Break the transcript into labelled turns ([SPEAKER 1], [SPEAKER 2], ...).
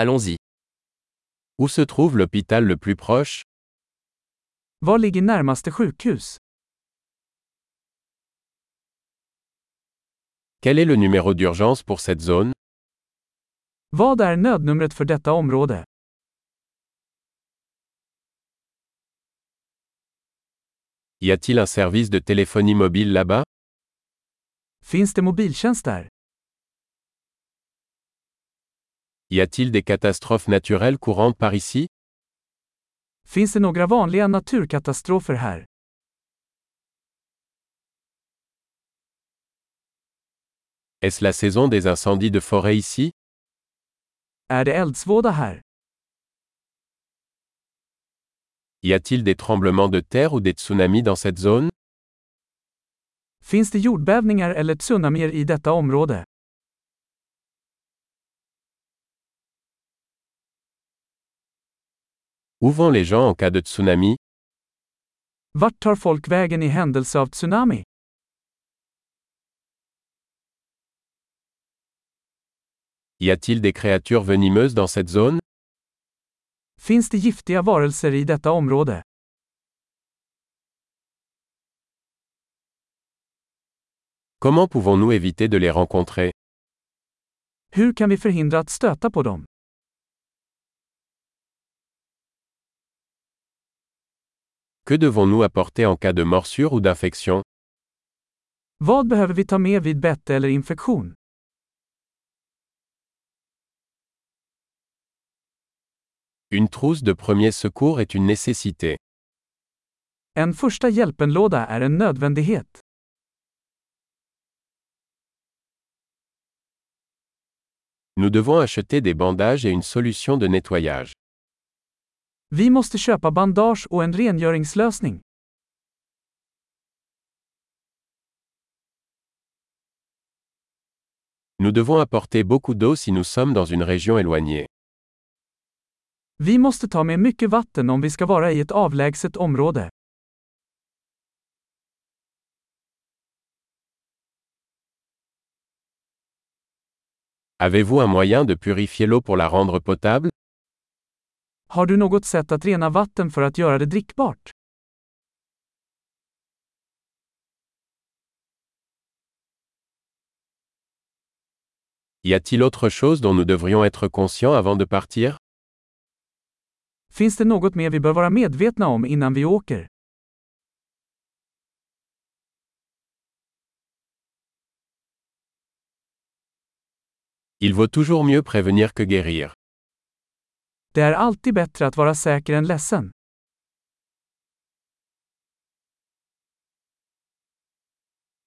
[SPEAKER 1] Allons-y. Où se trouve l'hôpital le plus proche
[SPEAKER 2] Var ligger närmaste sjukhus?
[SPEAKER 1] Quel est le numéro d'urgence pour cette zone
[SPEAKER 2] Vad är nödnumret för detta område?
[SPEAKER 1] Y a-t-il un service de téléphonie mobile là-bas
[SPEAKER 2] Finns det mobiltjänst där?
[SPEAKER 1] Y a-t-il des catastrophes naturelles courantes par ici
[SPEAKER 2] Finns det några vanliga naturkatastrofer här?
[SPEAKER 1] Est-ce la saison des incendies de forêt ici
[SPEAKER 2] Är det eldsvåda här?
[SPEAKER 1] Y a-t-il des tremblements de terre ou des tsunamis dans cette zone
[SPEAKER 2] Finns det jordbävningar eller tsunamier i detta område?
[SPEAKER 1] Où vont les gens en cas de tsunami
[SPEAKER 2] Vart tar folk vägen i händelse av tsunami?
[SPEAKER 1] Y a-t-il des créatures venimeuses dans cette zone
[SPEAKER 2] Finns det giftiga varelser i detta område?
[SPEAKER 1] Comment pouvons-nous éviter de les rencontrer
[SPEAKER 2] Hur kan vi förhindra att stöta på dem?
[SPEAKER 1] Que devons-nous apporter en cas de morsure ou d'infection
[SPEAKER 2] Vad behöver vi ta med vid bett eller infektion?
[SPEAKER 1] Une trousse de premier secours est une nécessité.
[SPEAKER 2] En första hjälpenlåda är en nödvändighet.
[SPEAKER 1] Nous devons acheter des bandages et une solution de nettoyage.
[SPEAKER 2] Vi måste köpa bandage och en rengöringslösning.
[SPEAKER 1] Nous devons apporter beaucoup d'eau si nous sommes dans une région éloignée.
[SPEAKER 2] Vi måste ta med mycket vatten om vi ska vara i ett avlägset område.
[SPEAKER 1] Avez-vous un moyen de purifier l'eau pour la rendre potable
[SPEAKER 2] Har du något sätt att rena vatten för att göra det drickbart?
[SPEAKER 1] Y a-t-il autre chose dont nous devrions être conscients avant de partir
[SPEAKER 2] Finns det något mer vi bör vara medvetna om innan vi åker?
[SPEAKER 1] Il vaut toujours mieux prévenir que guérir.
[SPEAKER 2] Det är alltid bättre att vara säker än ledsen.